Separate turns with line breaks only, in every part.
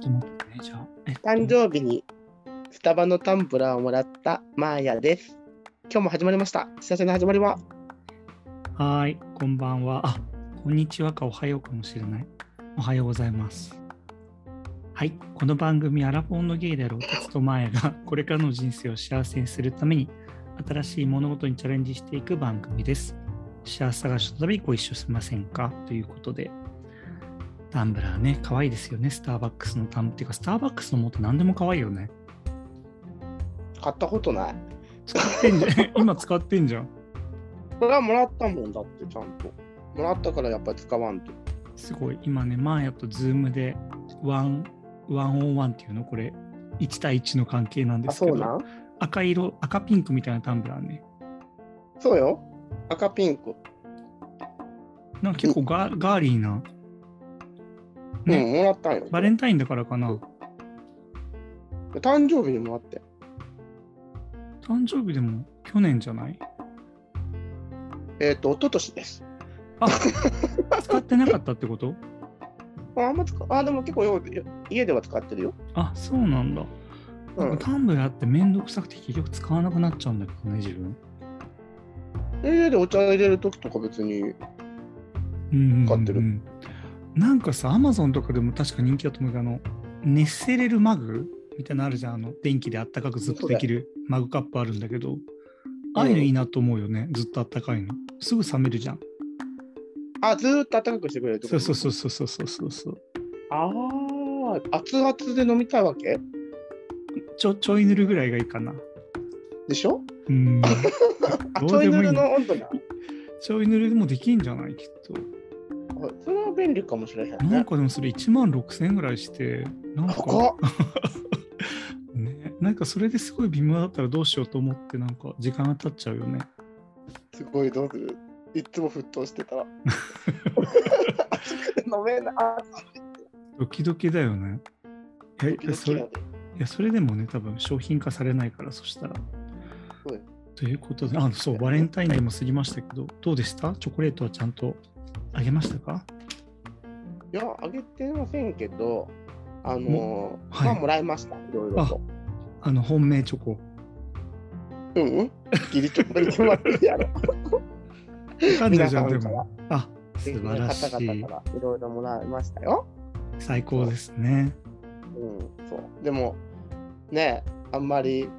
と待ってね、じゃあ。えっと
誕生日にスタバのタンブラーをもらったマーヤです。今日も始まりました。久しぶりの始まりは。
はーい、こんばんは。あ、こんにちはかおはようかもしれない。おはようございます。はい、この番組、アラフォーのゲイであるおたつとマーヤが、 これからの人生を幸せにするために、新しい物事にチャレンジしていく番組です。幸せ探しの旅、ご一緒しませんかということで、タンブラーね、可愛いですよね、スターバックスのタンブっていうか、スターバックスのもっと何でも可愛いよね。
買ったことない。
使ってんじゃん。 今使ってんじゃん。
これはもらったもんだって、ちゃんと。もらったからやっぱり使わんと。
すごい、今ね、マーヤとズームでワン、ワンオンワンっていうの、これ、1対1の関係なんで
あ、
す
そ
け
うな
ど、
ん
赤色、赤ピンクみたいなタンブラーね。
そうよ。赤ピンク。
なんか結構ガーガーリーな。ね
うん、もらったんよ。
バレンタインだからかな。
誕生日にもらって。
誕生日でも去年じゃない
えっ、と、一昨年です。
あ使ってなかったってこと
ああんま使うあ、でも結構よ家では使ってるよ。
あ、そうなんだ。
う
なん
ん
か。タンブラーってめんどくさくて結局使わなくなっちゃうんだけどね、自分。
家でお茶入れるときとか別に。
買
買ってる
なんかさアマゾンとかでも確か人気だと思うけどあの熱せれるマグみたいなのあるじゃんあの電気であったかくずっとできるマグカップあるんだけどああいうのいいなと思うよねずっとあったかいのすぐ冷めるじゃん
あ、ずーっと暖かくしてくれるってこ
そう
と
そうそうそうそうそうそうそう
ああ、熱々で飲みたいわけ
ちょちょいぬるぐらいがいいかな
でしょ
うん
あ、ち
どう
ょ
で
い
も
ぬ
いい
る
ね
の温度だ。
ちょいぬるでもできんじゃないきっ
あそれは便利かもしれへん
となん
ね。
かでもそれ1万6000円ぐらいしてなんか
高っ
ねなんかそれですごい微妙だったらどうしようと思ってなんか時間が経っちゃうよね
すごい、どうするいつも沸騰してたら。飲めない。あ
ドキドキだよね。え
ドキド
そ
キ
れ
や
い
で
やそれでもね、多分商品化されないから、そしたら。
そうです
ということで、あそう、バレンタインデーも過ぎましたけど、どうでしたチョコレートはちゃんとあげましたか
いや、あげてませんけど、あの
も
ー、
はい
まあ、もらいました。いろいろと。
あの、本命チョ コ。
うんうん。ギリチョコに決まってるやろ。
わかんないじゃん、で
皆さん
も。あ、 素
方
晴らしい
々。からいろいろもらいましたよ。
最高ですね。
うん、そう。でも、ねあんまり、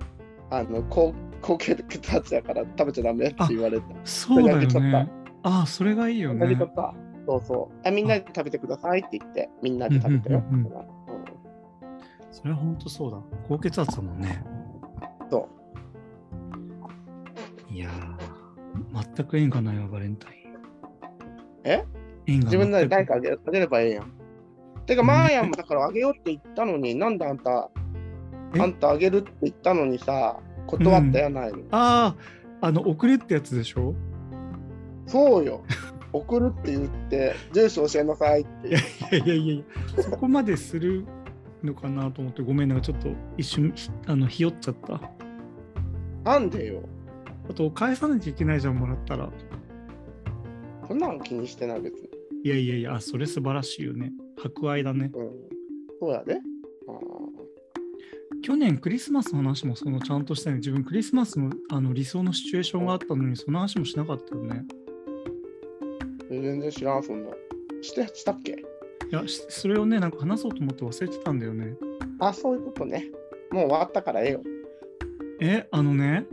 あの、高高血圧やから食べちゃダメって言われて。
そうだよ
それだけちょっ
ね。あ、それがいいよ
食べ
ね。
方。そうそうあ。みんなで食べてくださいって言って、みんなで食べたよ。
う
うん
うん
ん
うんそれは本当そうだ。高血圧だもんね。。
そう
いやー、全く縁がないわ、バレンタイン。
え
縁が
自分なり
全
誰
く
かあげあげればええやん。てか、マーヤンもだからあげようって言ったのに、なんであんた、
え
あんたあげるって言ったのにさ、断ったやないの。
ああ、あの、遅れってやつでしょ
そうよ。送るって言って、住所教えなさいって。
いやいやいやいや、そこまでするのかなと思って、ごめんなんかちょっと一瞬ひあのひよっちゃった。あ
なんでよ。
と、返さなきゃいけないじゃん、もらったら。
そんなん気にしてない別に。
いやいやいや、あそれ素晴らしいよね。博愛だね。
うん。そうやで。あー
去年クリスマスの話もそのちゃんとしたいね自分クリスマスのあの理想のシチュエーションがあったのにその話もしなかったよね。
全然知らん、そんな。して、したっけ
いやしそれをねなんか話そうと思って忘れてたんだよね。
あ、そういうことね。もう終わったからええよ。
えあのね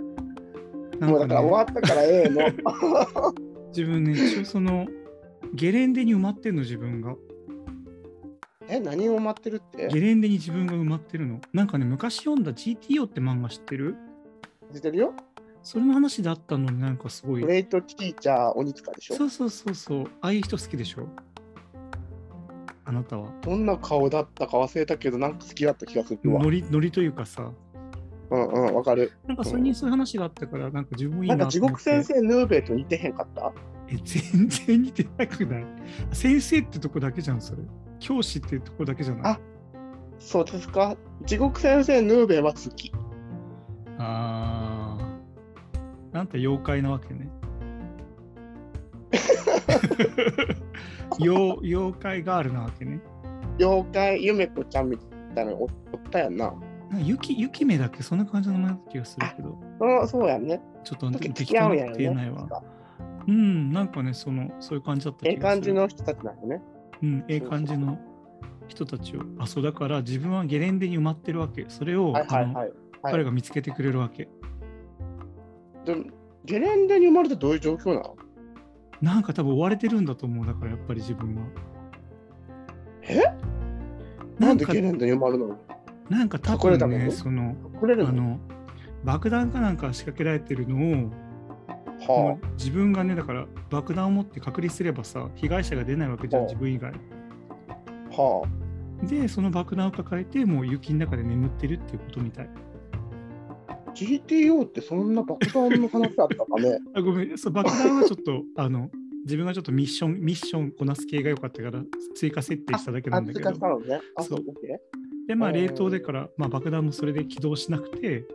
な
も
んか
うだから
ね
終わったからえ えの。
自分ね一応そのゲレンデに埋まってんの自分が
え、何を待ってるって
ゲレンデに自分が埋まってるのなんかね昔読んだ GTO って漫画知ってる
知ってるよ。
それの話だったのになんかすごい
グレートティーチャー鬼塚でしょ
そ。うそうそうそうああいう人好きでしょあなたは
どんな顔だったか忘れたけど、なんか好きだった気がするわ
ノ。リノリというかさ
うんうん、わかる。
なんかそれにそういう話があったから、なんか自分もいい
な
なん
か地獄
と思
先
って
生ヌーベイと似てへんかった
え、全然似てなくない 先生ってとこだけじゃん、それ。教師ってとこだけじゃない
あそうですか。地獄先生ヌーベイは好き。
あー。なんて妖怪なわ けね。妖妖怪ガールなわけね。
妖怪ゆめこちゃんみたいなのおおったやんな。
なんか雪雪目だっけそんな感じの名前だった気がするけど、
そうそうやんね。
ちょっと
時付
適
き合
当
う
に
やん
言えない
ね。
わ。うん、なんかね、その、そういう感じだった
ええ
気が
感
する。
じの人たちなのね。
うん、ええ感じの人たちを。あ、そうだから自分はゲレンデに埋まってるわけ。それを、
はいはい
あの
はい。
彼が見つけてくれるわけ。
でもゲレンデに生まれてどういう状況なの
なんか多分追われてるんだと思う。だからやっぱり自分は。
え
な
な
ん
んで
か
ゲ、レンデに生まれるの
なんか多
隠れ
分
た
ね、
の
その、
隠れ
あ
るの
の、爆弾かなんか仕掛けられてるのを、も
は
う自分がね、だから爆弾を持って隔離すればさ、被害者が出ないわけじゃん、
はあ
自分以外。
あ、は
で、その爆弾を抱えて、もう雪の中で眠ってるっていうことみたい。
あ、GTO ってそんな爆弾の話だった かね
あごめん、そう爆弾はちょっと あの自分がちょっとミッション、ミッションこなす系が良かったから追加設定しただけな
あ、
んだ
追
け
加
ど
し。たのね。あ、
そ
そうう、オッケ
で、まあ
おー
冷凍でから、まあ、爆弾もそれで起動しなくて、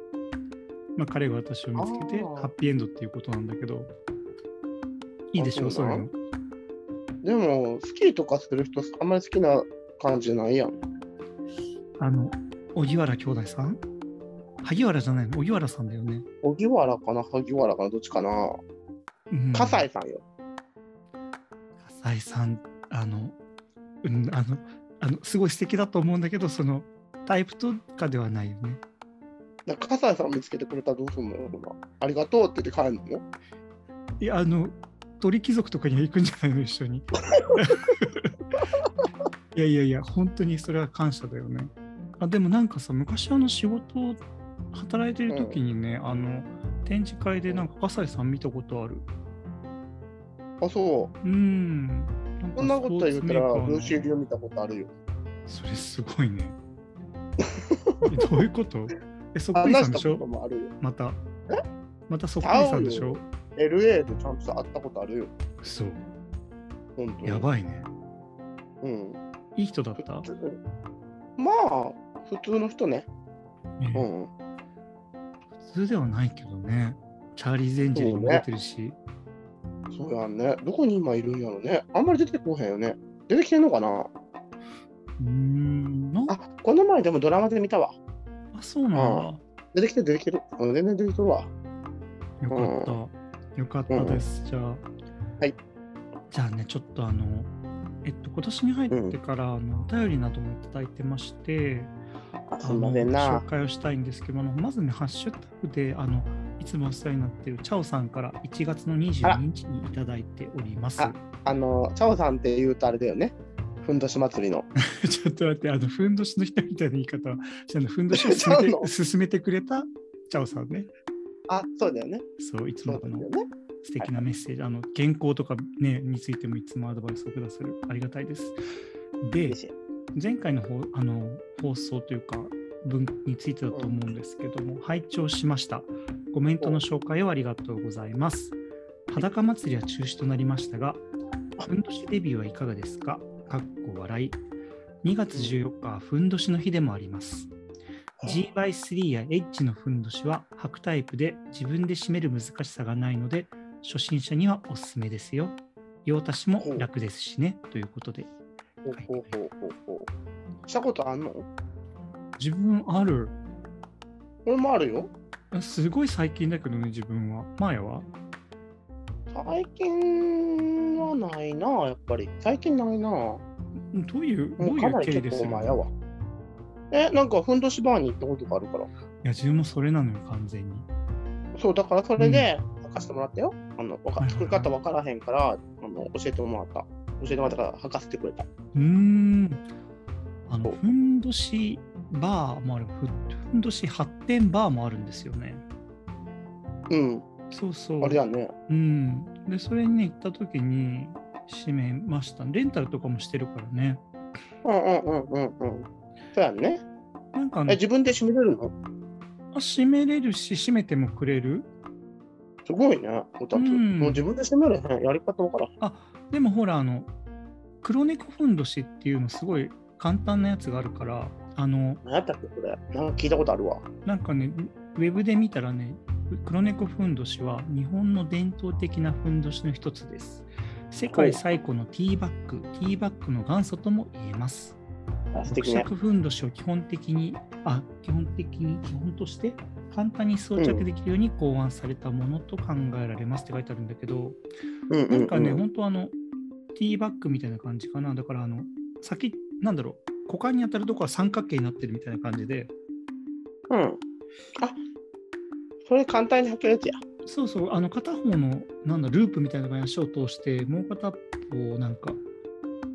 まあ、彼が私を見つけて
あー
ハッピーエンドっていうことなんだけど、いいでしょう、
あそ
そうういう
な
の。
のー。でも、スキーとかする人、あんまり好きな感じないやん。
あの、荻原兄弟さん萩原じゃないの荻原さんだよね。
荻原かな、萩原かな、どっちかな。
うん
葛西さんよ。
浅井さんあの,、うん、あのあのすごい素敵だと思うんだけどそのタイプとかではないよね
だから葛西さん見つけてくれたらどうすんのよ、今ありがとうって言って帰るのね。
いやあの鳥貴族とかには行くんじゃないの一緒 にいやいやいや本当にそれは感謝だよねあでもなんかさ昔あの仕事を働いてる時にね、あの展示会でなんか笠井さん見たことある
あ、そう。
うんなんか
こんなこと言った
スポーツメ
ら、
ーカーの
文集流見たことあるよ。
それすごいねえどういうことえそっくり
話
さんで
した
し
こと
ょ
もあるよ。
また
え
またそっくりさんでしょ
LA でちゃんと会ったことあるよ。
そう
本当に。
やばいね
うん。
いい人だった、
普通まあ、普通の人ね。
ね
うん。
普通ではないけどねチャーリー・ゼンジェリーも出てるし、
そうやんね。どこに今いるんやろね。あんまり出てこへんよね。出てきてんのかな
うーんな
あ、この前でもドラマで見たわ。
あそうなんだ
あ出てきてる出てきてる。うん、全然出てきてるわ。
よかった、よかったです、じゃあ
はい
じゃあねちょっとあのえっと今年に入ってから、あのお便りなどもいただいてまして
あすいません
あの
な
紹。介をしたいんですけどあのまずね、ハッシュタグであのいつもお世話になっているチャオさんから1月の22日にいただいております。ちょ
ああの、チャオさんって言うとあれだよね。ふんどし祭りの。
っと待って、あのふんどしの人みたいな言い方は、じゃああのふんどしを進
ち
め
ゃうの
て進めてくれたチャオさんね。
あ、そうだよね。
そう、いつ
そう
も
だ
あ
よ
の
ね。
素敵なメッセージ、あの原稿とか、ね、についてもいつもアドバイスをくださる、ありがたいです。で
嬉、しい
前回のほうあの放送というか文についてだと思うんですけども、拝聴しましたコメントの紹介をありがとうございます裸祭りは中止となりましたがふんどしデビューはいかがですかかっこ笑い2月14日はふんどしの日でもあります
うん
G3 やエッジのふんどしは履くタイプで自分で締める難しさがないので初心者にはおすすめですよ用足しも楽ですしねということで
ほうほうほうほうほう。したことあんの
自分ある
俺もあるよ。
すごい最近だけどね、自分は。前は
最近はないな、やっぱり。最近ないな。も
どういう、どう
う
い
か
う
なり
経緯で
結
す
構
か
前
い
やわ。え、なんかふんどしバーに行ったことがあるから。
や、自分もそれなのよ、完全に。
そう、だからそれで履かせてもらったよ。あのわ
はいはいは
か
い
作り方わからへんからあの、教えてもらった。教えてもらったから履かせてくれた。
うーん。あ
そ
の、
う
ふんどしバーもある、ふふんどし発展バーもあるんですよね。
うん、
そうそう。
あれやね。
うん。で、それにね、行った時に、閉めました。レンタルとかもしてるからね。
うんうんうんうんうん。そうやんね。
なんかあ
え、
の、
自分で閉めれるの
あ閉めれるし、閉めてもくれる
すごいね、おた
う
つ。
ん
もう自分で閉めれへん。やり方わからへん。
あでもほらあの黒猫ふんどしっていうのすごい簡単なやつがあるからあの
何やったっけ、これ。なんか聞いたことあるわ。
なんかねウェブで見たらね黒猫ふんどしは日本の伝統的なふんどしの一つです世界最古のティーバッグティーバッグの元祖とも言えます
あ
黙
素敵ね。
食ふんどしを基本的に、あ、基本的に、基本として、簡単に装着できるように考案されたものと考えられますって書いてあるんだけど、
うんうん、う。
なんんかね、本当あの、ティーバッグみたいな感じかな。だから、あの、先、なんだろう、股間に当たるとこは三角形になってるみたいな感じで、
うん。あそれ簡単に履けるやつや。
そうそう、あの、片方の、なんだ、ループみたいなのに足を通して、もう片方をなんか、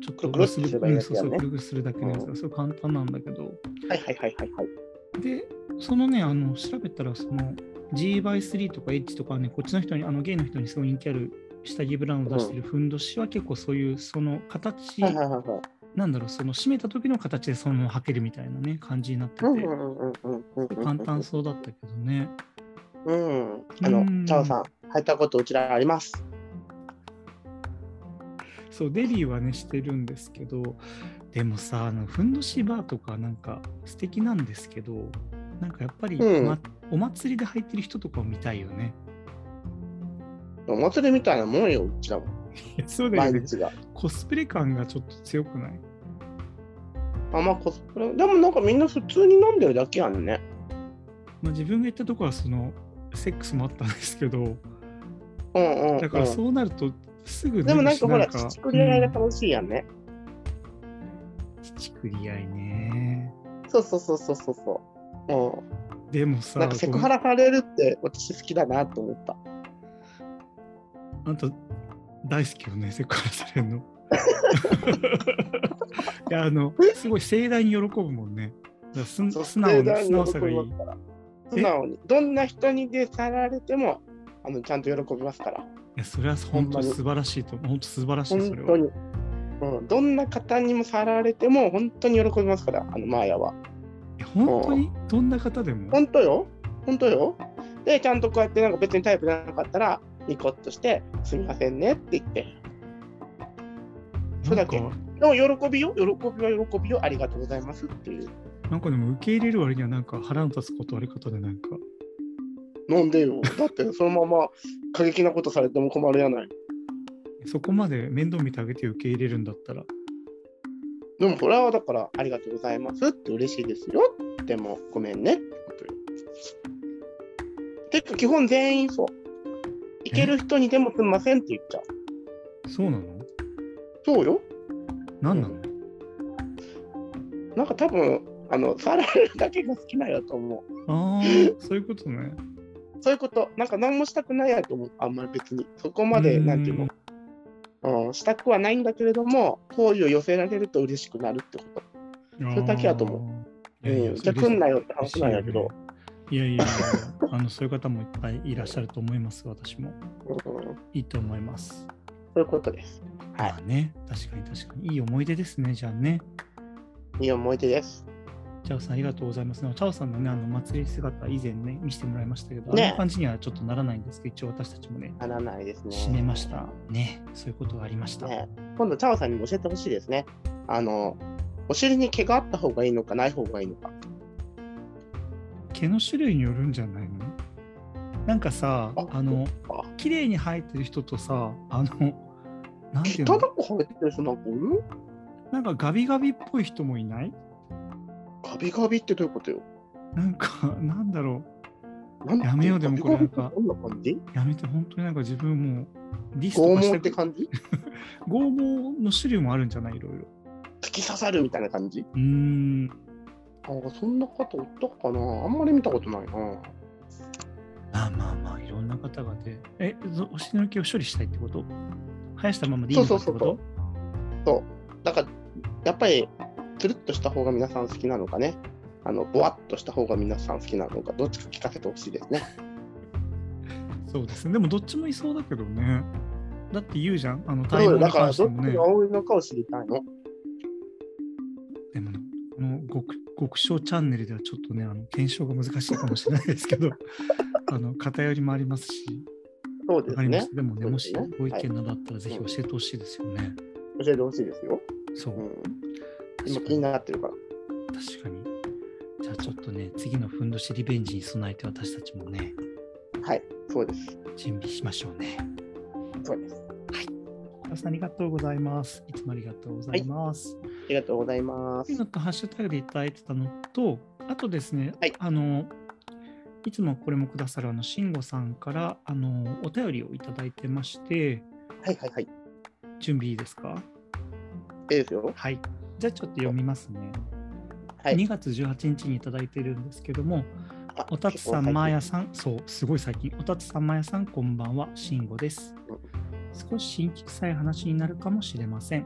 ちょっと
くるっとすればいいやつ
そう
や
そ
ね
う、グルグルするだけのやつ
う
が、すごい簡単なんだけど、
はいはいはいはいはい。
で、そのね、あの調べたら、その G by3 とか H とかね、こっちの人に、あのゲイの人にすごい人気ある下着ブランドを出してるふんどしは結構そういう、その形、
はいはいはいはい。
なんだろう、その締めた時の形でそのまま履けるみたいなね、感じになってて
う、んうんうんうんうんうん。
簡単そうだったけどね。
うん。あ
うん
の、チャオさん、履いたことうちらあります。
そう、デリーはね、してるんですけど、でもさ、あのふんどしバーとかなんか素敵なんですけど、なんかやっぱり、
うん
まお祭りで履いてる人とかを見たいよね。
お祭りみたいなもんよ、うちらも。
そうだよ
毎
ね。
日が。
コスプレ感がちょっと強くない
あんまコスプレ。でもなんかみんな普通に飲んでるだけやんね。
まあ、自分が言ったとこはそのセックスもあったんですけど
うんうん、うん。
だからそうなるとすぐ
でもなん
し
かほら、乳くり合いが楽しいやんね。
うん乳くり合いね
そうそうそうそうそうそう。うん。
でもさ
なんかセクハラされるって私好きだなと思った。
ごめんあんた大好きよねセクハラされるのいやあのすごい盛大に喜ぶもんねだからすん
そう
素直に
盛大に
素直さがいい
喜びます素直に。どんな人にでさられてもあのちゃんと喜びますから。
いやそれは本当
ほんま
に
に
素晴らしいと思う本当素晴らしいそ
本
れ
当
は
に。うん、どんな方にもさられても本当に喜びますから、あのマーヤは。
いや本当にどんな方でも
本当よ。本当よ。で、ちゃんとこうやってなんか別にタイプじゃなかったら、ニコッとして、すみませんねって言って。そうだっけ
なんか
でも喜びよ、喜びは喜びよ、ありがとうございますっていう。
なんかでも受け入れる割にはなんか腹の立つことあり方でなんか
飲んでよ。だってそのまま過激なことされても困るやない。
そこまで面倒見てあげて受け入れるんだったら、
でもこれはだから、ありがとうございますって嬉しいですよ。でも、ごめんねってことよ。てか、基本全員そう。いける人にでもすみませんって言っちゃう。
そうなの
そうよ。
何なの、
なんか多分、あの、さられるだけが好きなんやと思う。
ああ、そういうことね。
そういうこと、なんか何もしたくないやと思う、あんまり別に。そこまで、
うん
なんていうの、うん、したくはないんだけれども、好意を寄せられると嬉しくなるってこと。
そ
れだけやと
思
うんじゃあ来んなよって話なんやけど。
いやいやいや、あのそういう方もいっぱいいらっしゃると思います、私も。
うん、そ
いいと思います。
ういうことです。はい
まあね、確かに確かに。いい思い出ですね、じゃあね。
いい思い出です。
チャオさん、ありがとうございます。チャオさんのね、あの祭り姿、以前ね、見せてもらいましたけど、
ね
あの感じにはちょっとならないんですけど、一応私たちもね、
ならないですね。
締めました。ね、そういうことがありました。
ね、今度、チャオさんにも教えてほしいですね。あの、お尻に毛があった方がいいのか、ない方がいいのか。
毛の種類によるんじゃないのなんかさ
あ
あの
あ
綺麗に生えてる人とさあのなんていう
汚
の
く生えてる人なんかおる
なんかガビガビっぽい人もいない
ガビガビってどういうことよ
なんか なんだろ
なんだ
やめようでもこれなんか
ガビガビってどんな感じ
うやめて本当になんか自分もうリスト
拷
化し
問
て
って感じ
剛毛の種類もあるんじゃないいろいろ
突き刺さるみたいな感じ
うーん
なんかそんな方おったかなあんまり見たことないな。
まあまあまあいろんな方がでえぞお尻の毛を処理したいってこと生やしたままでいいのかってこと
そうそう。だから、やっぱり、つるっとした方が皆さん好きなのかね。あの、ぼわっとした方が皆さん好きなのか、どっちか聞かせてほしいですね。
そうですねでもどっちもいそうだけどねだって言うじゃんあの
そう
体
よ
毛
だ
に
から、
関して
どっ
もね
ちが多いのかを知りたいの。
でもね、この極極小チャンネルではちょっとね、あの検証が難しいかもしれないですけど、 あの偏りもありますし、
そうで
わ
す
かりま
ね
す。。でもね、もし
そうですね
ご意見などあったら、ぜひ教えてほしいですよね。
教えてほしいですよ。
そうう、
ん。今
確か
気に
に。
なってるから。
確かにじゃあちょっとね、次のふんどしリベンジに備えて私たちもね、
はい。そうです。
準備しましょうね。
そうです。
皆さんありがとうございます。いつもありがとうございます。
ありがとうございま
っていう
す。
のとハッシュタグでいただいてたのと、あとですね、
はい
あのいつもこれもくださるあの慎吾さんからあのお便りをいただいてまして、
はいはいはい。
準備いいですか
いいですよ。
はい。じゃあちょっと読みますね。
はい
2月18日にいただいてるんですけども、
あ
おたつさん、
結構最近
まーやさん、そう、すごい最近。おたつさん、まーやさん、こんばんは、しんごです。少し新規臭い話になるかもしれません。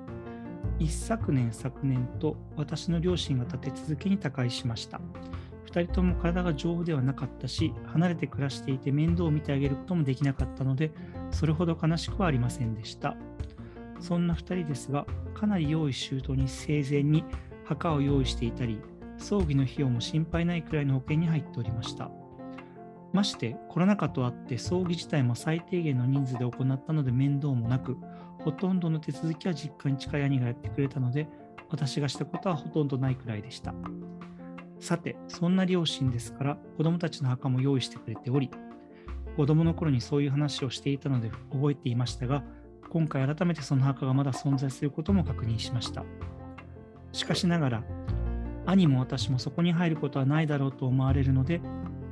一昨年、昨年と私の両親が立て続けに他界しました。2人とも体が丈夫ではなかったし、離れて暮らしていて面倒を見てあげることもできなかったので、それほど悲しくはありませんでした。そんな2人ですが、かなり用意周到に生前に墓を用意していたり、葬儀の費用も心配ないくらいの保険に入っておりました。まして、コロナ禍とあって葬儀自体も最低限の人数で行ったので面倒もなく、ほとんどの手続きは実家に近い兄がやってくれたので、私がしたことはほとんどないくらいでした。さて、そんな両親ですから、子供たちの墓も用意してくれており、子供の頃にそういう話をしていたので覚えていましたが、今回改めてその墓がまだ存在することも確認しました。しかしながら、兄も私もそこに入ることはないだろうと思われるので、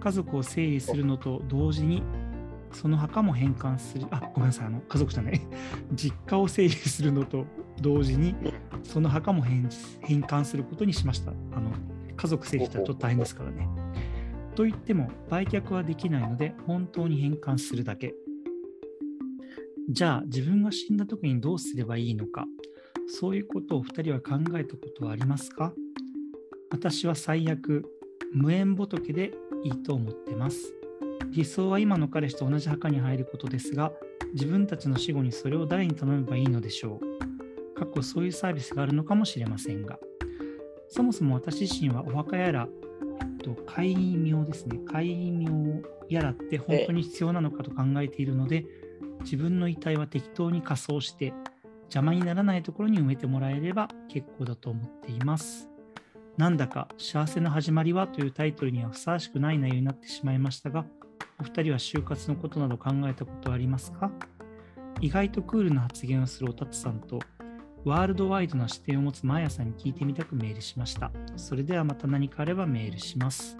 家族を整理するのと同時に、その墓も返還する、あ、ごめんなさい、あの家族じゃない、 実家を整理するのと同時に、その墓も返返還することにしました。あの家族整理したらちょっと大変ですからね。と言っても、売却はできないので、本当に返還するだけ。じゃあ、自分が死んだ時にどうすればいいのか、そういうことを2人は考えたことはありますか私は最悪、無縁仏でいいと思ってます。理想は今の彼氏と同じ墓に入ることですが、自分たちの死後にそれを誰に頼めばいいのでしょう。過去そういうサービスがあるのかもしれませんが。そもそも私自身はお墓やら、えっと、会員名ですね。会員名やらって本当に必要なのかと考えているので、自分の遺体は適当に仮装して、邪魔にならないところに埋めてもらえれば結構だと思っています。なんだか幸せの始まりはというタイトルにはふさわしくない内容になってしまいましたが、お二人は就活のことなど考えたことはありますか意外とクールな発言をするおたつさんと、ワールドワイドな視点を持つ毎朝に聞いてみたくメールしました。それではまた何かあればメールします。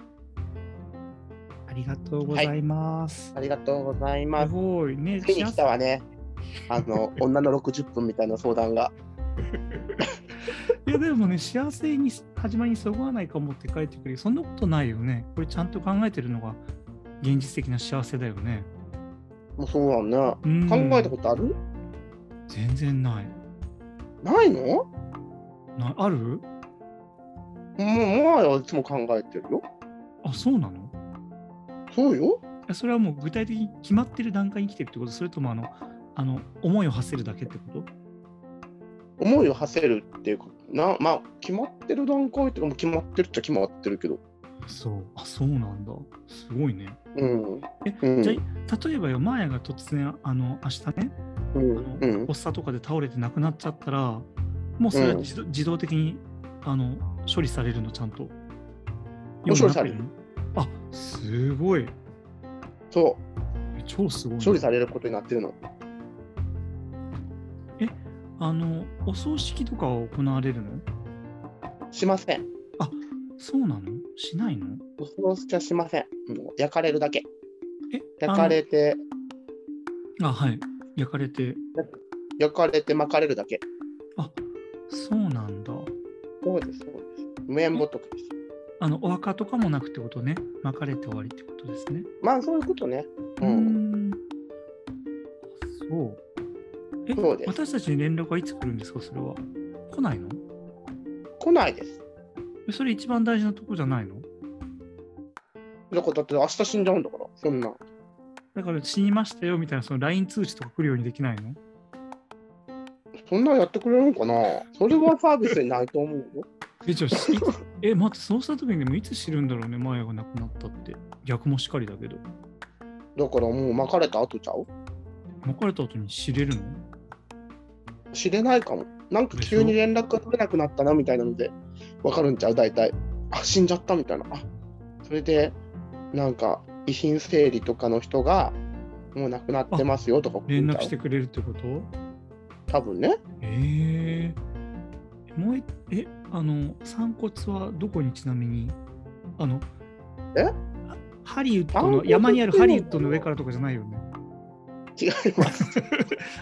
ありがとうございます。
ありがとうございます
す。ごい。ね、
ついに来たわね。あの、女の60分みたいな相談が。
いやでもね、幸せに始まりにそぐわないかもって書いてくるそんなことないよね。これちゃんと考えてるのが現実的な幸せだよね。
もうそうなんだ。
うん
考えたことある
全然ない。
ないのも
なある
う、まあ、いつも考えてるよ。
あ、そうなの
そうよ。
えそれはもう具体的に決まってる段階に来てるってことそれともあの、あの思いを馳せるだけってこと
思いを馳せるっていうか、なまあ、決まってる段階っていうか、もう決まってるっちゃ決まってるけど。
そう。あ、そうなんだ。すごいね。
うん。
え
うん
じゃあ、例えばよ、マヤが突然、あの、明日ね、
う
あ
ん
の
うん
発作とかで倒れて亡くなっちゃったら、もうそれは自動,、自動的にあの処理されるの、ちゃんと。
う処理される
世の中にあすごい。
そ
え超すごい、
う、処理されることになってるの。
あの、お葬式とかは行われるの
しません。
そうなのしないの
お葬式はしません。もう焼かれるだけ。
え
焼かれて、
あのあ、はい。焼かれて。
焼かれて巻かれるだけ。
あそうなんだ。
そうです、そうです。無縁仏です。
あの、お墓とかもなくってことね。巻かれて終わりってことですね。
まあ、そういうことね。
う
う
ん。
ん
そう。え
そうです
私たちに連絡はいつ来るんですか、それは。来ないの
来ないです。
えそれ一番大事なとこじゃないの
だからだって明日死んじゃうんだから、そんな。
だから死にましたよみたいなその LINE 通知とか来るようにできないの
そんなやってくれるのかなそれはサービスにないと思うよ。
え、じゃあ、し いつえ、待って、そうした時にでもいつ知るんだろうね、マヤが亡くなったって。逆もしかりだけど。
だからもう巻かれた後ちゃう
別れた後に知れるの
知れないかも。なんか急に連絡が取れなくなったなみたいなので、わかるんちゃう大体。あ、死んじゃったみたいな。あ、それで、なんか遺品整理とかの人が、もう亡くなってますよとか送る
連
んちゃう
絡してくれるってこと
多分ね。
ええもうえ、あの、散骨はどこにちなみに、あの、
え
あハリウッド
散
の、
骨
山にある
ってい
ハ
うの
リウッドの上からとかじゃないよね。
違います。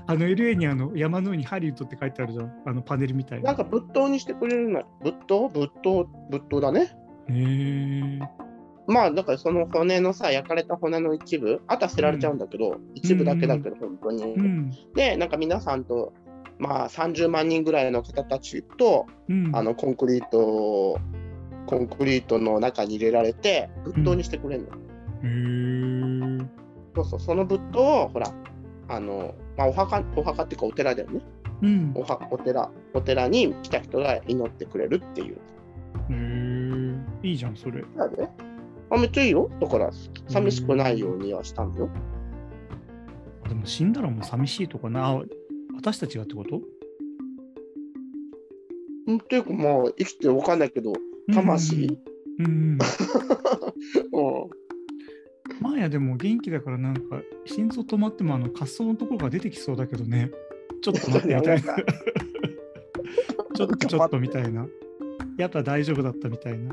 あの、LA にあの、山の上にハリウッドって書いてあるじゃん、あのパネルみたいな。
なんか仏塔にしてくれるな。仏塔仏塔仏塔だね。
ええ
まあだからその骨のさ焼かれた骨の一部あとは捨てられちゃうんだけど、一部だけだけど本当に、
うん、
でなんか皆さんとまあ30万人ぐらいの方たちと、
うん。
あのコンクリートをコンクリートの中に入れられて仏塔にしてくれるの、
へー
そうそうその仏塔をほらあの、まあ、お墓お墓っていうかお寺だよね
うん。
おはお寺お寺に来た人が祈ってくれるっていう
へーいいじゃん、それ。
だからねあめっちゃいいよだから寂しくないようにはしたんだよ
でも死んだらもう寂しいとかな、あ私たちがってこと
うんっていうかまあ生きてわかんないけど魂
うんうん、
うん
マーヤでも元気だからなんか心臓止まってもあの滑走のところが出てきそうだけどねちょっと待ってみた いなちょっとちょっとみたいなやっぱ大丈夫だったみたいな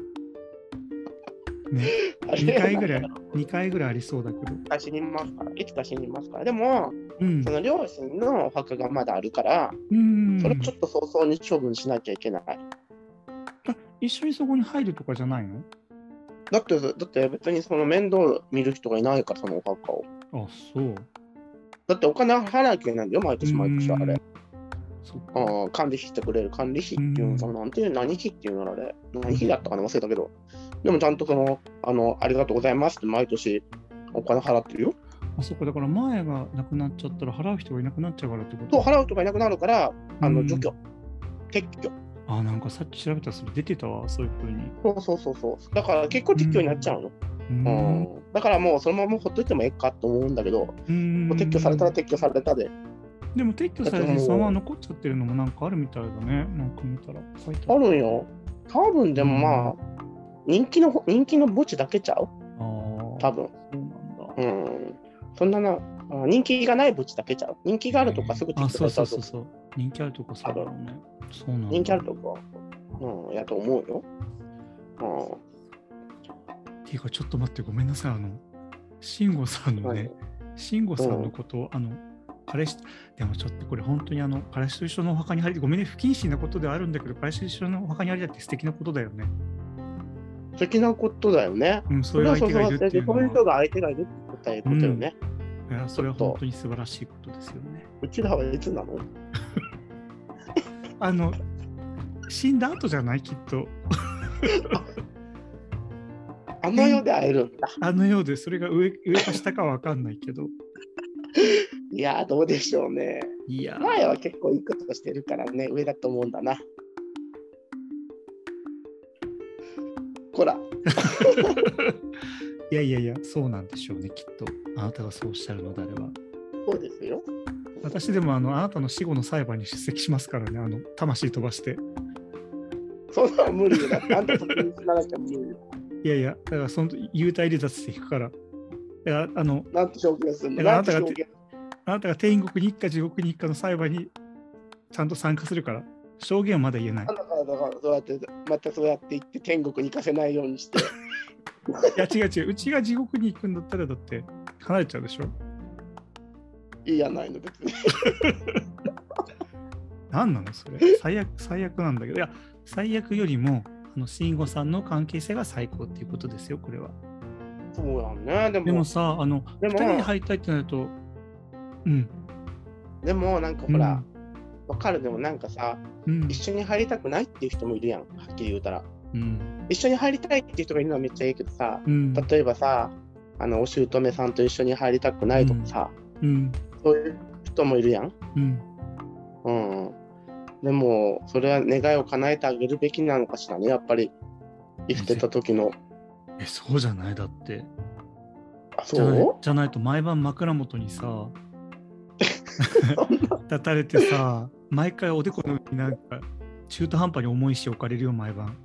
ね
あれ
2回ぐらい2回ぐらいありそうだけど
いつか死にますからいつか死にますからでも
うん
その両親のお墓がまだあるから
うん
それをちょっと早々に処分しなきゃいけない
あ一緒にそこに入るとかじゃないの
だってだって別にその面倒見る人がいないからそのお墓を
あそう
だってお金払わなきゃいけないんだよ毎年毎年あ
う
れ
んそっか
ああ管理費してくれる管理費っていう
うん
のそのなんていう何費っていうのあれ何費だったかな忘れたけどでもちゃんとそのあのありがとうございますって毎年お金払ってるよ
あそこだから前がなくなっちゃったら払う人がいなくなっちゃうからってこと
そう払う人がいなくなるからあ
う
の
ん
除去撤去
あなんかさっき調べたらそれ出てたわそういうふうに
そうそうそうそうだから結構撤去になっちゃうの
うん
うんだからもうそのままほっといてもええかと思うんだけど、も
うん
う撤去されたら撤去されたで、
でも撤去されてそのまま残っちゃってるのもなんかあるみたいだね。なんか見たら書いて
あ
ある。
るんよ。多分でもまあ、人気の人気の墓地だけちゃう
あー
多分。
そうなんだ。
うん。そんなな、あ人気がない墓地だけちゃう人気があるとかすぐ撤
あ、
去
そう
さ
そう
れちゃ
そう
う。
そう。人気あるとこそうだろうね。そうなんだ。
人気あるとか、うん、やと思うよ。う
っていうか、ちょっと待って、ごめんなさい。あの、慎吾さん
ん。
のね、慎吾さんのことを、あの、彼氏、でもちょっとこれ本当にあの、彼氏と一緒のお墓に入り、ごめんね、不謹慎なことではあるんだけど、彼氏と一緒のお墓に入りだって素敵なことだよね。
素敵なことだよね。
うん、そういう相手がいる
そ
っ
う
てい
そう
の
うそうそういう
は
人、が相手がいるってことだよね。
いやそれは本当に素晴らしいことですよね。
うちらはいつなの
あの、死んだ後じゃないきっと。
あの世で会えるんだ。
あのようで、それが上上か下かわかんないけど。
いやー、どうでしょうね。
いや
前は結構いいことしてるからね、上だと思うんだな。こら、
いやいやいや、そうなんでしょうね、きっと。あなたがそうおっしゃるのであれば。
そうですよ。
私でもあの、あなたの死後の裁判に出席しますからね、あの、魂飛ばして。
そんなの無理だ。あんたと気にしなきゃ無理よ。
いやいや、だからその幽体離脱していくから。だからあの、
なんて証言するの
だからあ
なんんて
たが
証言
あなたが天国に行くか地獄に行くかの裁判にちゃんと参加するから、証言はまだ言えない
あ。んたからだからそうやって、またそうやって行って天国に行かせないようにして。
いや違う違う、うちが地獄に行くんだったらだって離れちゃうでしょ。
いいやないの、別に。
何なのそれ最悪最悪なんだけどいや最悪よりもあの慎吾さんの関係性が最高っていうことですよこれは
そうやんね。でも、
で
で
も
も
さあの
で
2
も
人で入りたいってなるとうん
なんかほら、わ、かるでもなんかさ、
うん
一緒に入りたくないっていう人もいるやん、はっきり言うたら。
うん
一緒に入りたいっていう人がいるのはめっちゃいいけどさ、
うん
例えばさあのお姑さんと一緒に入りたくないとかさ、
うん
そういう人もいるやん、
うん
うんうん、でもそれは願いを叶えてあげるべきなのかしらねやっぱり生きてた時の
えそうじゃないだって
あ
じゃない
そ
じゃないと毎晩枕元にさ立たれてさ毎回おでこの上になんか中途半端に重いし置かれるよ毎晩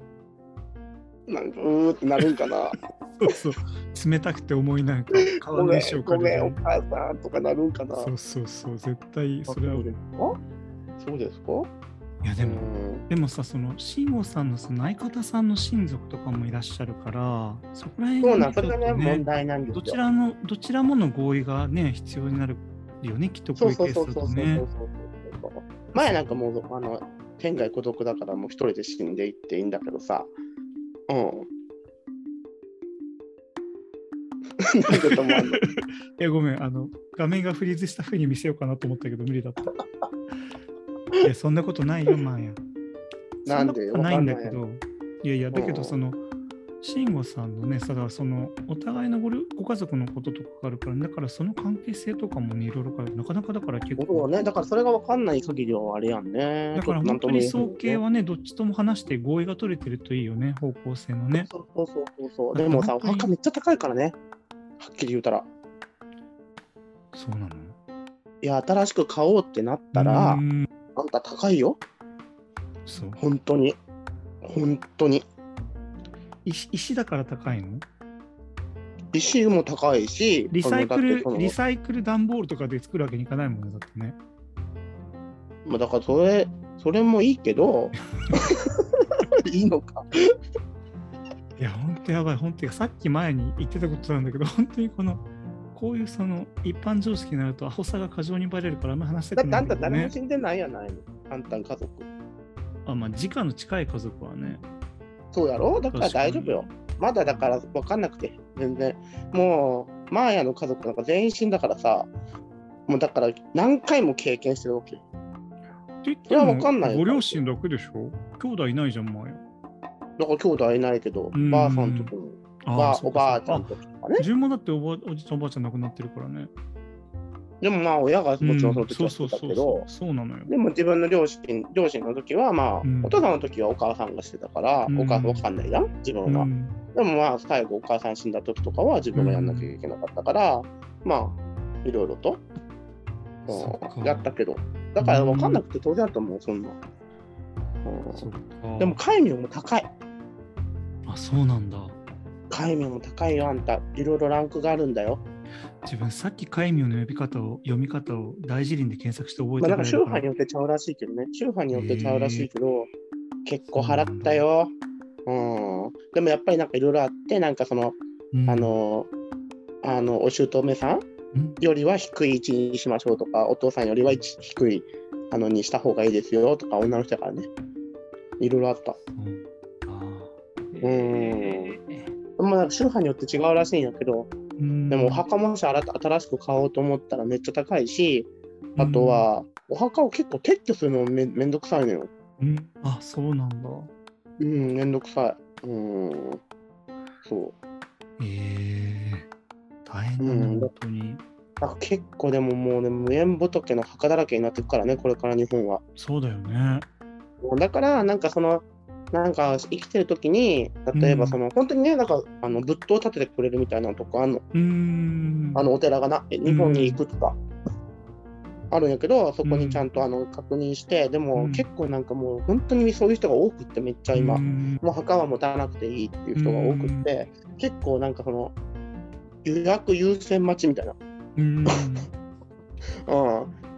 うなんかうーってなるん かな
そうそう冷たくて重いなんか
ご
顔の
め
石
ん
置か
ご
れ
め
る
んお母さんとかなるんかな
そうそうそう、絶対それは
あそうですかそうですか
いやでも、
うん
でもさその慎吾さんのその相方さんの親族とかもいらっしゃるからそこら辺
そうなん、
ち
そ
ょっ
れ
と
がね、問題なんですよ。
どちらのどちらもの合意がね必要になるよねきっとこ
そうう
いう
そ
ケー
うそう
スだと
そうそう
ね。
そうそう。前なんかもう、あの、天外孤独だからもう一人で死んでいっていいんだけどさ。うん。なんで止まんの
いやごめんあの画面がフリーズしたふうに見せようかなと思ったけど無理 だった。いやそんなことないよマーヤ。
なんで
そんなことないんだけ
わ
どいやいやだけどその慎吾さんのねさだからそのお互いのごるご家族のこととかがあるからだからその関係性とかもねいろいろからなかなかだから結
そ
構
うね、だからそれが分かんない限りはあれやんね。
だから
ちょ
本
っと
当に総計はねどっちとも話して合意が取れてるといいよね方向性のね。
そうそうそうそうそう。
だ
で
って
も
本
さ、お
当に
墓めっちゃ高いからね。はっきり言うたら。
そうなの
いや、新しく買おうってなったら、
うーん
あんた高いよ。
そう
本当に。本当に。
石石だから高いの
石も高いし、
リサイクル
そのだって
リ
そ
サイクル段ボールとかで作るわけにいかないもんねだってね。
のまあだからそれ、それもいいけ ど、いいのか。
いや、本当やばい。本当にさっき前に言ってたことなんだけど、 本当にこの、こういうその一般常識になると、アホさが過剰にバレるから、あんま話した
だ
く
って
な
あ
い
ん
んだ
た
けど
誰も
ね。
死んでないやないの。あんたん家族。
あ、まあ、直の近い家族はね。
そうやろだから大丈夫よ。まだだから分かんなくて、全然。もう、マーヤの家族なんか全員死んだからさ、もうだから何回も経験してるわけよ。
って言って
いやわかんないよ
ご両親だけでしょ兄弟いないじゃん、前。
だから兄弟はいないけど、
うん
ばあさんとか、ばあおばあちゃん
と
とか
ね。
ね。
順もだっておばおじいちゃんおばあちゃん亡くなってるからね。
でもまあ親がもちろんその
うん
時
そ
は
うそう
そ
う
だ
そ
け
う
ど
そ、う。そうなのよ。
でも自分の両親両親の時はまあ、
うん
お父さんの時はお母さんがしてたから、
うん
お母さんわかんないじゃん自分は、
うん
でもまあ最後お母さん死んだ時とかは自分がやんなきゃいけなかったから、まあいろいろと、うん
そっか
やったけどだからわかんなくて当然だと思うそんな、うん
そっか
でも戒名も高い
あ、そうなんだ。
戒名も高いよあんたいろいろランクがあるんだよ、
自分さっき戒名の呼び方を読み方を大辞林で検索して覚え
まあ、
てな
な
んい
か宗派によってちゃうらしいけどね宗派によってちゃうらしいけど、結構払ったようん、でもやっぱりなんかいろいろあってなんかその
うん
あの、あの、お姑さん
うん
よりは低い位置にしましょうとか、お父さんよりは位置低いあのにした方がいいですよとか、女の人だからね。いろいろあった。
うんあー
うんでもなんか宗派によって違うらしいんやけど、
うん
でもお墓もし新た新しく買おうと思ったらめっちゃ高いし、あと、は、お墓を結構撤去するのもめめんどくさいのよ。
うんうんあそうなんだ。
うん、めんどくさい。うん。そう。
ええ大変だね、
うん
本当に。
なんか結構でももうね、無縁仏の墓だらけになっていくからね、これから日本は。
そうだよね。
だからなんかそのなんか生きてる時に例えばその、本当にねなんかあの仏塔を建ててくれるみたいなのとかあんの,、
うーん。
あのお寺がなえ日本に行くとか、あるんやけどそこにちゃんとあの確認してでも、
うん
結構なんかもう本当にそういう人が多くってめっちゃ今、
うん
もう墓は持たなくていいっていう人が多くって、結構なんかその予約優先待ちみたいな、
うん
うん、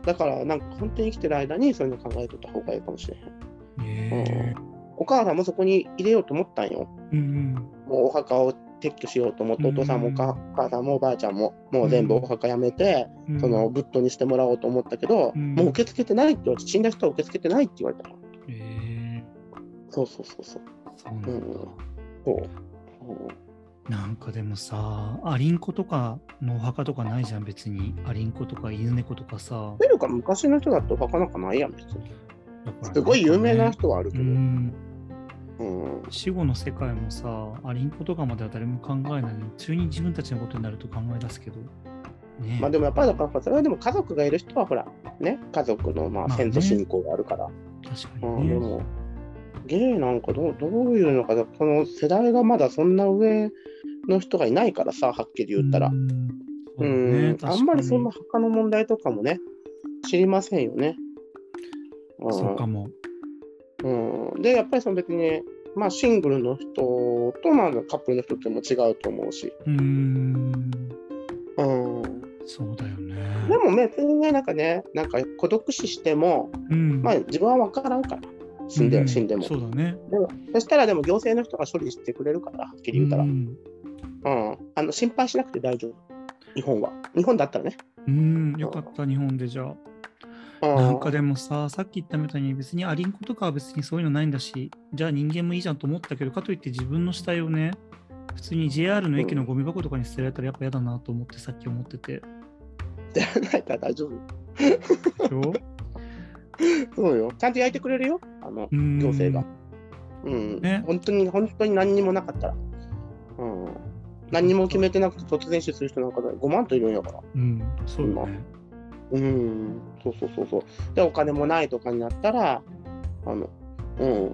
だからなんか本当に生きてる間にそういうの考えとった方がいいかもしれへん。
ええ
お母さんもそこに入れようと思ったんよ。
うん
もうお墓を撤去しようと思って、
う
お
ん
父さんもお母お母さんもおばあちゃんも、もう全部
うん
お墓やめて、
うん
その仏塔にしてもらおうと思ったけど、
うん
もう受け付けてないって言われて、死んだ人は受け付けてないって言われたの。
ええ
そうそうそうそう。
そうなんだ。
うんそう
なんかでもさ、アリンコとかのお墓とかないじゃん、別に。アリンコとか犬猫とかさ。
というか、昔の人だってお墓なんかないやん、別に。
だから
すごい有名
なか
なん
ね
人はあるけ
う
ど。
ん。
うん
死後の世界もさ、アリンコとかまでは誰も考えないのに、急に自分たちのことになると考え出すけど。ねえ
まあでもやっぱりだから、それはでも家族がいる人はほら、ね、家族のま
まあ
あ
ね
先祖信仰があるから。
確か
うん
に
で
ね。
も、ゲイなんかどうどういうのかな、この世代がまだそんな上の人がいないからさ、はっきり言ったら
う。んそううだね
ん、
確か
あ
に
んまりそんな墓の問題とかもね、知りませんよね。うん
そうかも。
うん、で、やっぱりその別にね、まあ、シングルの人と、まあ、カップルの人っても違うと思うし、
うーん。
うん、
そうだよね。
うでもね、別にね、なんかね、なんか孤独死しても、
うん。
まあ自分は分からんから、死んで、
う
死んでも。
そうだね。
でもそしたらでも行政の人が処理してくれるから、はっきり言うたら、
う
うん
ん。
あの心配しなくて大丈夫、日本は。日本だったらね。
うん、よかった、日本でじゃあ。
うん
なんかでもさ、さっき言ったみたいに別にアリンコとかは別にそういうのないんだし、じゃあ人間もいいじゃんと思ったけど、かといって自分の死体をね、普通に JR の駅のゴミ箱とかに捨てられたらやっぱ嫌だなと思ってさっき思ってて。
じゃ ないから大丈夫。
でしょ
そうよ。ちゃんと焼いてくれるよ、あの
うん
行政が。うん、
ね
本当に、本当に何にもなかったら。うん、何にも決めてなくて突然死する人なんか5万といるんやから。
うん、そうだね。
うん、そうそうそうそう。で、お金もないとかになったら、あの、うん、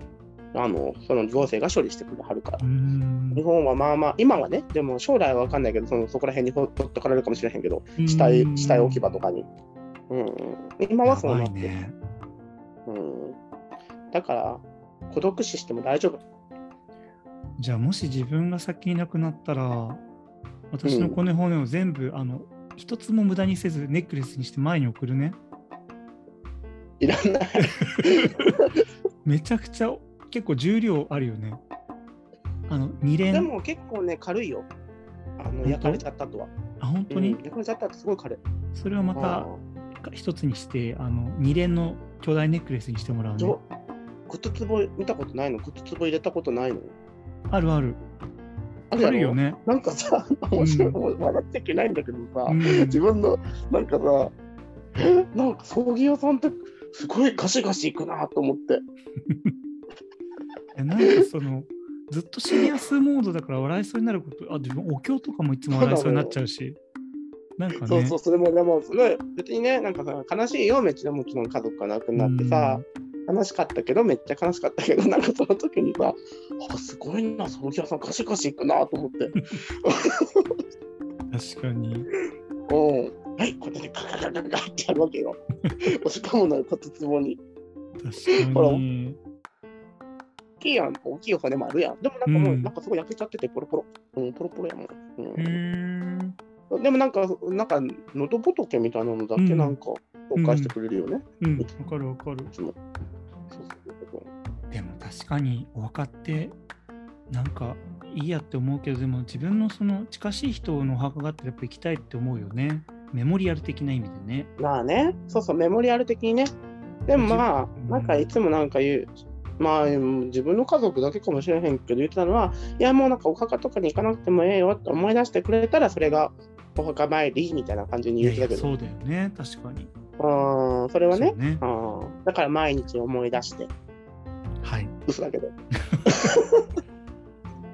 あの、その行政が処理してくれはるから
う。ん
日。本はまあまあ、今はね、でも将来は分かんないけど、そのそこら辺にほっとかれるかもしれへんけど、死体
うん
死体置き場とかに。うん、今はそうなってる。
やばいね
うん、だから孤独死しても大丈夫。
じゃあもし自分が先に亡くなったら私の骨骨を全部、あの一つも無駄にせずネックレスにして前に送るね
いらない。
めちゃくちゃ結構重量あるよねあの2
で
連
も結構ね、軽いよ。あ
本
の
当
焼かれちゃったとは。
あ本当に、
うん焼かれちゃったってすごい軽い。
それをまた一つにしてあの2連の巨大ネックレスにしてもらう
うん、
ね
ど靴つぼ見たことないの靴つぼ入れたことないの
あるある
あ
あ
るやろ
るよね
なんかさ、面白い、
うん
笑っちゃいけないんだけどさ、
うん
自分の、なんかさ、えなんか葬儀屋さんってすごいガシガシいくなと思って。
えなんかそのずっとシリアスモードだから笑いそうになることあ自分お経とかもいつも笑いそうになっちゃうしなんかね
そうそう、それもでもすごい、別にね、なんかさ、悲しいよ、めっちゃもちろん家族が亡くなってさ、悲しかったけど、めっちゃ悲しかったけど、なんかその時にさ、あ、すごいな、葬儀屋さん、ガシガシ行くなと思って、
うん確かに
うん、はい、これでガガガガガってやるわけ よ。しかもなんか骨壺に。
確
ほら
かに
大きいやん、大きい骨もあるやん。でもなんかもう、
うん
なんかすごい焼けちゃってて、ポロポロ。うん、ポロポロやもん。
へー
うん、でもなんか、なんか、のど仏みたいなのだけなんか、紹介してくれるよね、
うん、わかるわかる
い。つも。そうそうそう
でも確かにお墓ってなんかいいやって思うけどでも自分のその近しい人のお墓があってやっぱ行きたいって思うよね。メモリアル的な意味でね。
まあね、そうそう、メモリアル的にね。でもま
うん
あ、なんかいつもなんか言う、まあ自分の家族だけかもしれへんけど言ってたのは、いやもうなんかお墓とかに行かなくてもええよって思い出してくれたら、それがお墓参りみたいな感じに
い
言
や
っ
い
てた
や
けど、
そうだよね確かに。
うん、それは
そう
ね、
ね
うん、だから毎日思い出して、
はい。
嘘だけど。
ま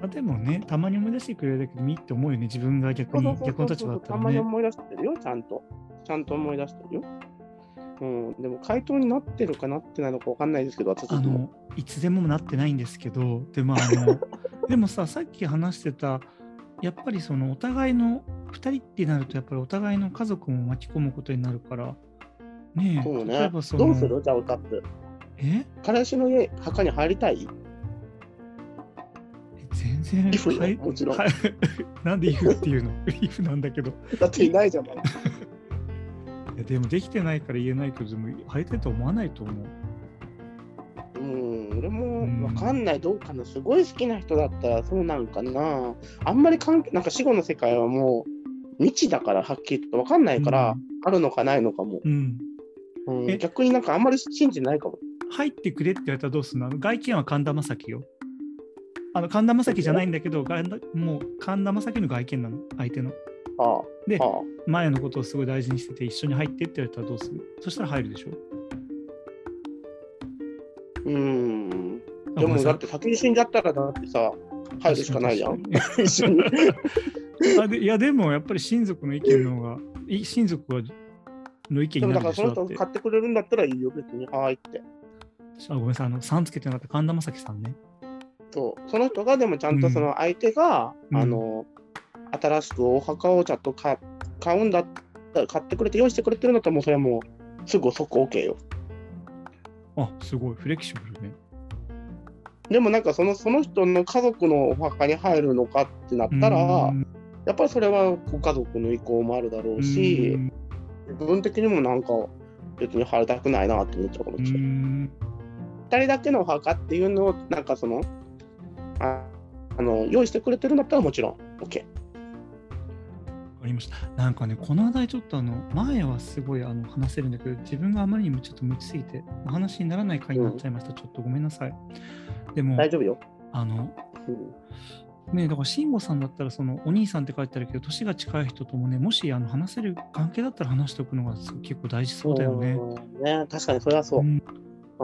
あ、でもねたまに思い出してくれるだけでもいいって思うよね自分が逆
そうそう
に
そう
逆の立場だった
た
ら
まに
ね。
思い出してるよ、ちゃんと。ちゃんと思い出してるよ。うん、でも回答になってるかなってないのかわかんないですけど、私
あ
も。
のいつでもなってないんですけどでもあ のでもささっき話してたやっぱりそのお互いの2人ってなるとやっぱりお互いの家族も巻き込むことになるからねえ
そう
例え
ね。ど
ば
う
その
するじゃあ、おたっぷ。
え
彼氏の家墓に入りたい
え全然
リフよ
はい
もちろん
はい なんでリフっていうの リフなんだけどい
だっていないじゃん。まだ
やでもできてないから言えないけどでも入りたいと思わないと思う
うん、俺もわかんない、どうかな。すごい好きな人だったらそうなんかな。あんまり関係、なんか死後の世界はもう未知だから、はっきりとわかんないから、あるのかないのかも。
うん
うん
え
逆になんかあんまり信じないかも。
入ってくれって言われたらどうすんのあの外見は神田正輝よ。あの神田正輝じゃないんだけど、神田もう神田正輝の外見なの、相手の。
あ
で
あ、、ああ。
前のことをすごい大事にしてて、一緒に入ってって言われたらどうするそしたら入るでしょ
うん。
あご
で
めん
も
なさ
だって先に死んじゃったらだってさ、入るしかないじゃん。
確かに確
一緒に。
かにあでいや、でもやっぱり親族の意見の方が、い親族はの意見に
でも
な
だ
る
か
で
ら
しょ
その
だ
人
って
買ってくれるんだったらいいよ、別に。はーいって。
あごめんなさい、あの、さんつけてなかった神田正輝さんね。
そうその人がでもちゃんとその相手が、
うん
あの新しくお墓をちゃんと買買うんだったら買ってくれて用意してくれてるんだったらもうそれはもうすぐ即 OK よ
あ、すごい、フレキシブルね。
でもなんかそのその人の家族のお墓に入るのかってなったら
うん
やっぱりそれはご家族の意向もあるだろう
う
し
ん
自分的にもなんか別に入りたくないなって思っちゃうかも
う
しれない。
ん。
二人だけのお墓っていうのをなんかそのああの用意してくれてるんだったらもちろん OK。
わかりました。なんかね、この話題ちょっとあの、前はすごいあの話せるんだけど、自分があまりにもちょっと無知すぎて、お話にならない回になっちゃいました。ちょっとごめんなさい。でも、
大丈夫よ。
あの、
うん
ね、だから慎吾さんだったら、そのお兄さんって書いてあるけど、年が近い人ともね、もしあの話せる関係だったら話しておくのがすごい結構大事そうだよね。
うんね確かにそれはそう。
うん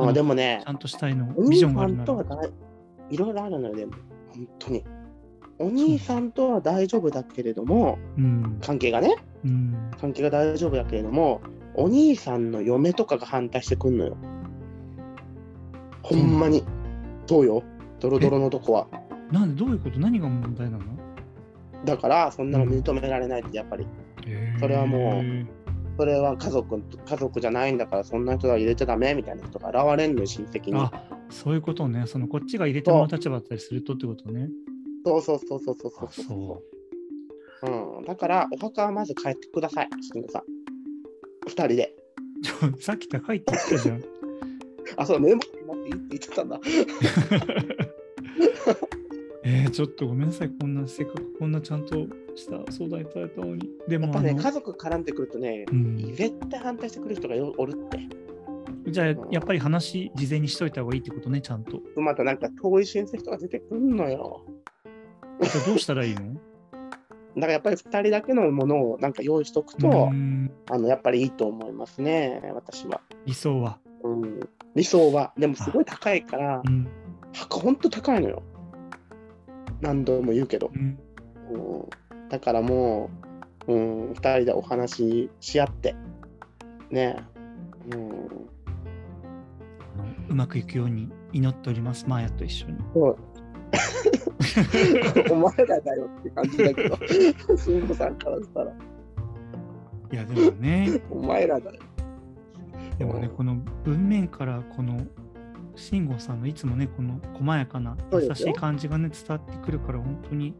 あでもね
ち、ゃんとしたいの、
お
ビ
兄
ジ
さ
ョンがある
ん
な
とは
ら。
だいいろいろあるのよ、でも、本当に。お兄さんとは大丈夫だけれども、
うん。
関係がね、
うん。
関係が大丈夫だけれども、お兄さんの嫁とかが反対してくんのよ。ほんまに。そうよ、ドロドロのとこは。
なんで、どういうこと何が問題なの
だから、そんなの認められないって、やっぱり。それはもうそれは家族、家族じゃないんだから、そんな人は入れちゃダメみたいな人が現れんのよ、親戚に
あ。そういうことね、そのこっちが入れてもらう立場だったりするとってことね。
そうそうそうそうそうそ
あ
う
そ
うん、だから、お墓はまず帰ってください、慎吾さん。二人で。
う。ちょ さっき高いって言ったじゃん。
あ、そう、メモ持っていいって言ってたんだ。
えー、ちょっとごめんなさい、こんなせっかくこんなちゃんとした相談いただいたのに。で
やっ
も、
ぱね、
あの
家族絡んでくるとね、
うん、
絶対反対してくる人がよおるって。
じゃあ、やっぱり話、事前にしといた方がいいってことね、ちゃんと。
またなんか遠い親戚とか出てくるのよ。
じゃあどうしたらいいの
だからやっぱり二人だけのものをなんか用意しとくと、
ん
あのやっぱりいいと思いますね、私は。
理想は。
うん、理想は。でもすごい高いから
う、ん
墓ほんと高いのよ。何度も言うけど。
うん
うんだからもう、うん、2人でお話しし合って、ね、 うん、
あのうまくいくように祈っております、マーヤと一緒に。
そうお前らだよって感じだけど、 慎吾さんからしたら、
いや、でもね、
お前らだよ。
でもね、この文面からこの慎吾さんのいつもね、この細やかな
そう
優
です
し
よ
い感じがね、伝わってくるから、本当に、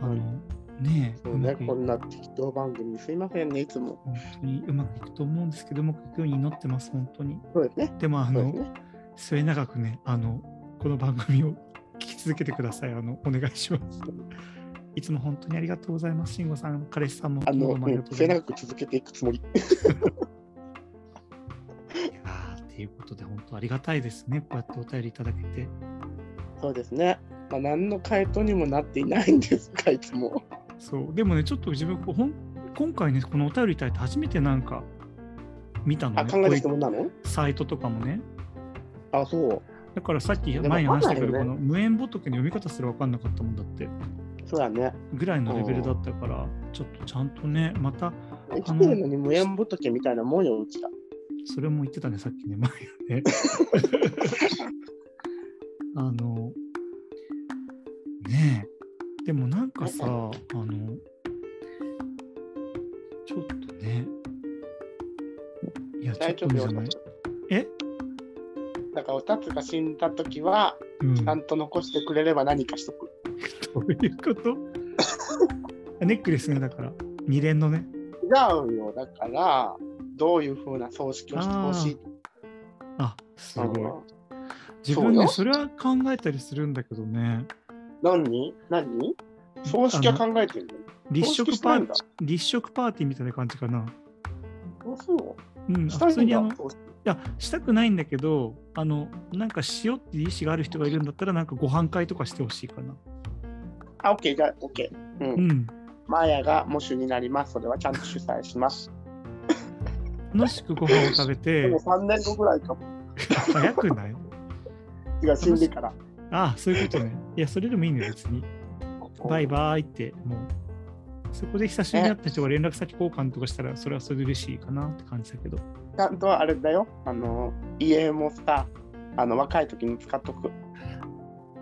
あの、
うん
ねえ、
そうね、
うまくい
こんな適当番組すいませんね、いつも。
本当にうまくいくと思うんですけど、うまくいくように祈ってます、本当に。
そうですね。
でも、あ
そう
の、
ですね。
末永くね、あの、この番組を聞き続けてください。あの、お願いします。いつも本当にありがとうございます、慎吾さん、彼氏さんも、
あの、
どうもあり
う
が
ん
とうござ
末
います
永。く続けていくつもり。
いやーっていうことで、本当ありがたいですね、こうやってお便りいただけて。
そうですね。まあ、何の回答にもなっていないんですが、いつも。
そうでもねちょっと自分こうほん今回ねこのお便りいただいて初めてなんか見たの
あ、
ね
考えてきた
こ
もんなの
ういうサイトとかもね
あ、そう。
だからさっき
でも
前に話したけど、
わか
こ
んな
の無縁仏の読み方すら分かんなかったもんだって
そうだね。
ぐらいのレベルだったからちょっとちゃんとねまた
生きてるのに無縁仏みたいなもんよ、うちら。
それも言ってたねさっきね前ねあのねえでもなんかさあのちょっとねいやちょっ
大
と
丈夫
じ
よ
ゃ
お
ない
たつ
え
だからおたつが死んだ時は
うん、
ちゃんと残してくれれば何かしとく、
どういうこと ネックレスね、だから。二連のね。
違うよだからどういうふうな葬式をしてほしい
あ、す
な
ごい。
の
自分
そう
ね、
よ
それは考えたりするんだけどね。
何何葬式は考えてるの
立
葬
食
式し
パ
たいん
ー
だ
立食パーティーみたいな感じかな。
あそう
うん、
し
あ
た
普
い
通
ん
にあ
だ
の、い
葬式
や、したくないんだけど、あの、なんかしようっていう意思がある人がいるんだったら、なんかご飯会とかしてほしいかな。
あ OK じゃあ OK うん、
うん。
マーヤが喪主になりますそれはちゃんと主催します
楽しくご飯を食べ
で
て
も、3年後ぐらいかも
早くない
違う死んでから
ああ、そういうことね。いや、それでもいいね、別に。バイバーイって、もう、そこで久しぶりに会った人が連絡先交換とかしたら、それはそれで嬉しいかなって感じだけど。
ちゃんとあれだよ、あの家もさ、あの若い時に使っとく。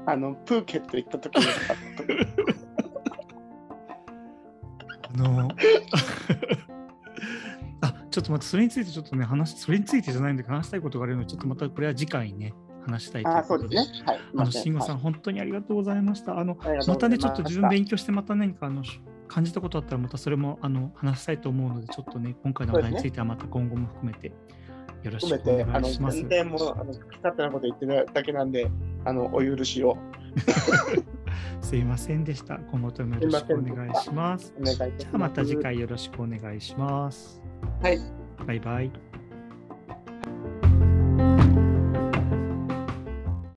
あのプーケット行った時に使っとく。
あの、 あ、ちょっと待って、それについてちょっとね、話、それについてじゃないんだけど、話したいことがあるので、ちょっとまたこれは次回ね、話したいとい
あ
う
ー、そ
こ
う
と
ですね。はい。
あの、慎吾さん、本当にありがとうございました。あの、
はい、ありがと
ま
うござ
た
い
ね、ちょっと自分
ました
勉強して、また何かあの、感じたことあったらまたそれもあの話したいと思うのでちょっとね今回の話題についてはまた今後も含めてよろし
含
く
め
お
て、あ
願
の、
いします。
全然もう、あの、勝手なこと言ってるだけなんで、あの、お許しを
すいませんでした。今後ともよろしくお願いします。
お願いいたします。
じゃあまた次。回よろしくお願いします。
はい。
バイバイ。